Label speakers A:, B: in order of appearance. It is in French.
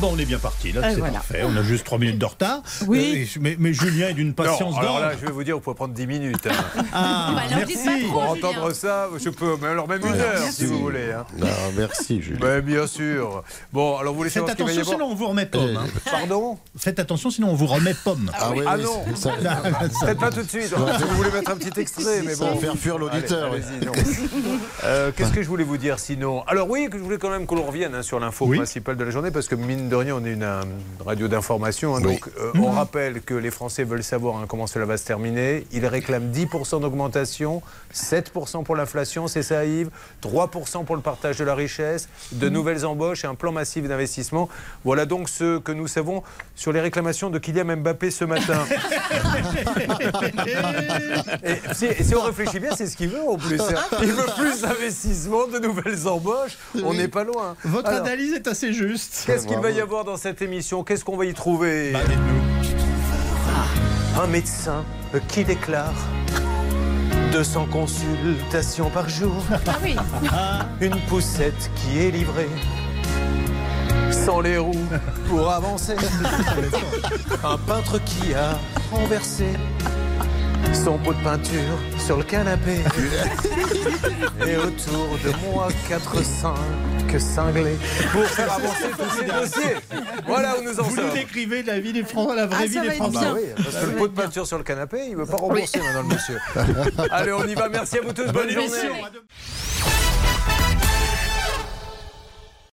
A: bah on est bien parti, là,
B: Ah,
C: Euh,
A: c'est
C: voilà.
A: parfait. On a juste 3 minutes de retard.
C: Oui.
A: Euh, mais, mais Julien est d'une patience
D: Non, alors là,
A: dingue.
D: je vais vous dire, vous pouvez prendre 10 minutes. hein.
A: Ah,
B: Bah, alors, dites pas
A: merci.
B: trop.
D: Pour
B: Oh, Julien.
D: entendre ça, je peux, mais alors même une heure, si vous voulez. hein.
E: Non, merci, Julien.
D: Mais bien sûr. Bon, alors vous voulez
A: Faites
D: savoir ce qu'il va y
A: attention,
D: avoir Euh,
A: sinon on vous remet pomme. hein.
D: Pardon
A: Faites attention, sinon on vous remet pomme.
E: Ah, oui,
D: Ah
E: oui,
D: non.
E: ça, ça
D: Peut-être pas tout de suite. hein, parce que vous voulez mettre un petit extrait, mais
E: va
D: bon.
E: faire fuir l'auditeur.
D: Allez, allez-y, non. Euh, Qu'est-ce que je voulais vous dire sinon Alors oui, que je voulais quand même qu'on revienne hein, sur l'info
A: Oui.
D: principale de la journée, parce que mine de rien, on est une euh, radio d'information. hein,
E: Oui.
D: Donc euh, on rappelle que les Français veulent savoir hein, comment cela va se terminer. Ils réclament 10% d'augmentation, 7% pour l'inflation, c'est ça Yves, 3% pour le partage de la richesse, de nouvelles embauches et un plan massif d'investissement. Voilà donc ce que nous savons sur les réclamations de Kylian Mbappé ce matin. Et si, si on réfléchit bien, c'est ce qu'il veut en plus. hein. Il veut plus d'investissements, de nouvelles embauches. On n'est pas loin.
A: Votre
D: Alors,
A: analyse est assez juste.
D: Qu'est-ce qu'il va y avoir dans cette émission Qu'est-ce qu'on va y trouver
A: Bah, dites-nous.
D: Un médecin qui déclare 200 consultations par jour.
B: Ah oui,
D: Une poussette qui est livrée. Sans les roues pour avancer. Un peintre qui a renversé son pot de peinture sur le canapé. Et autour de moi, 4 cinq cinglés. Pour faire avancer tous ces dossiers. Voilà où nous en
A: Vous nous
D: sommes. Bah
A: décrivez la vie des Français, la vraie
B: Ah,
A: vie
B: ça
A: des
B: va être
A: Français.
B: bien.
D: Parce que le pot de peinture sur le canapé, il veut pas rembourser maintenant le monsieur. Allez, on y va. Merci à vous tous. Bonne journée.
B: messieurs.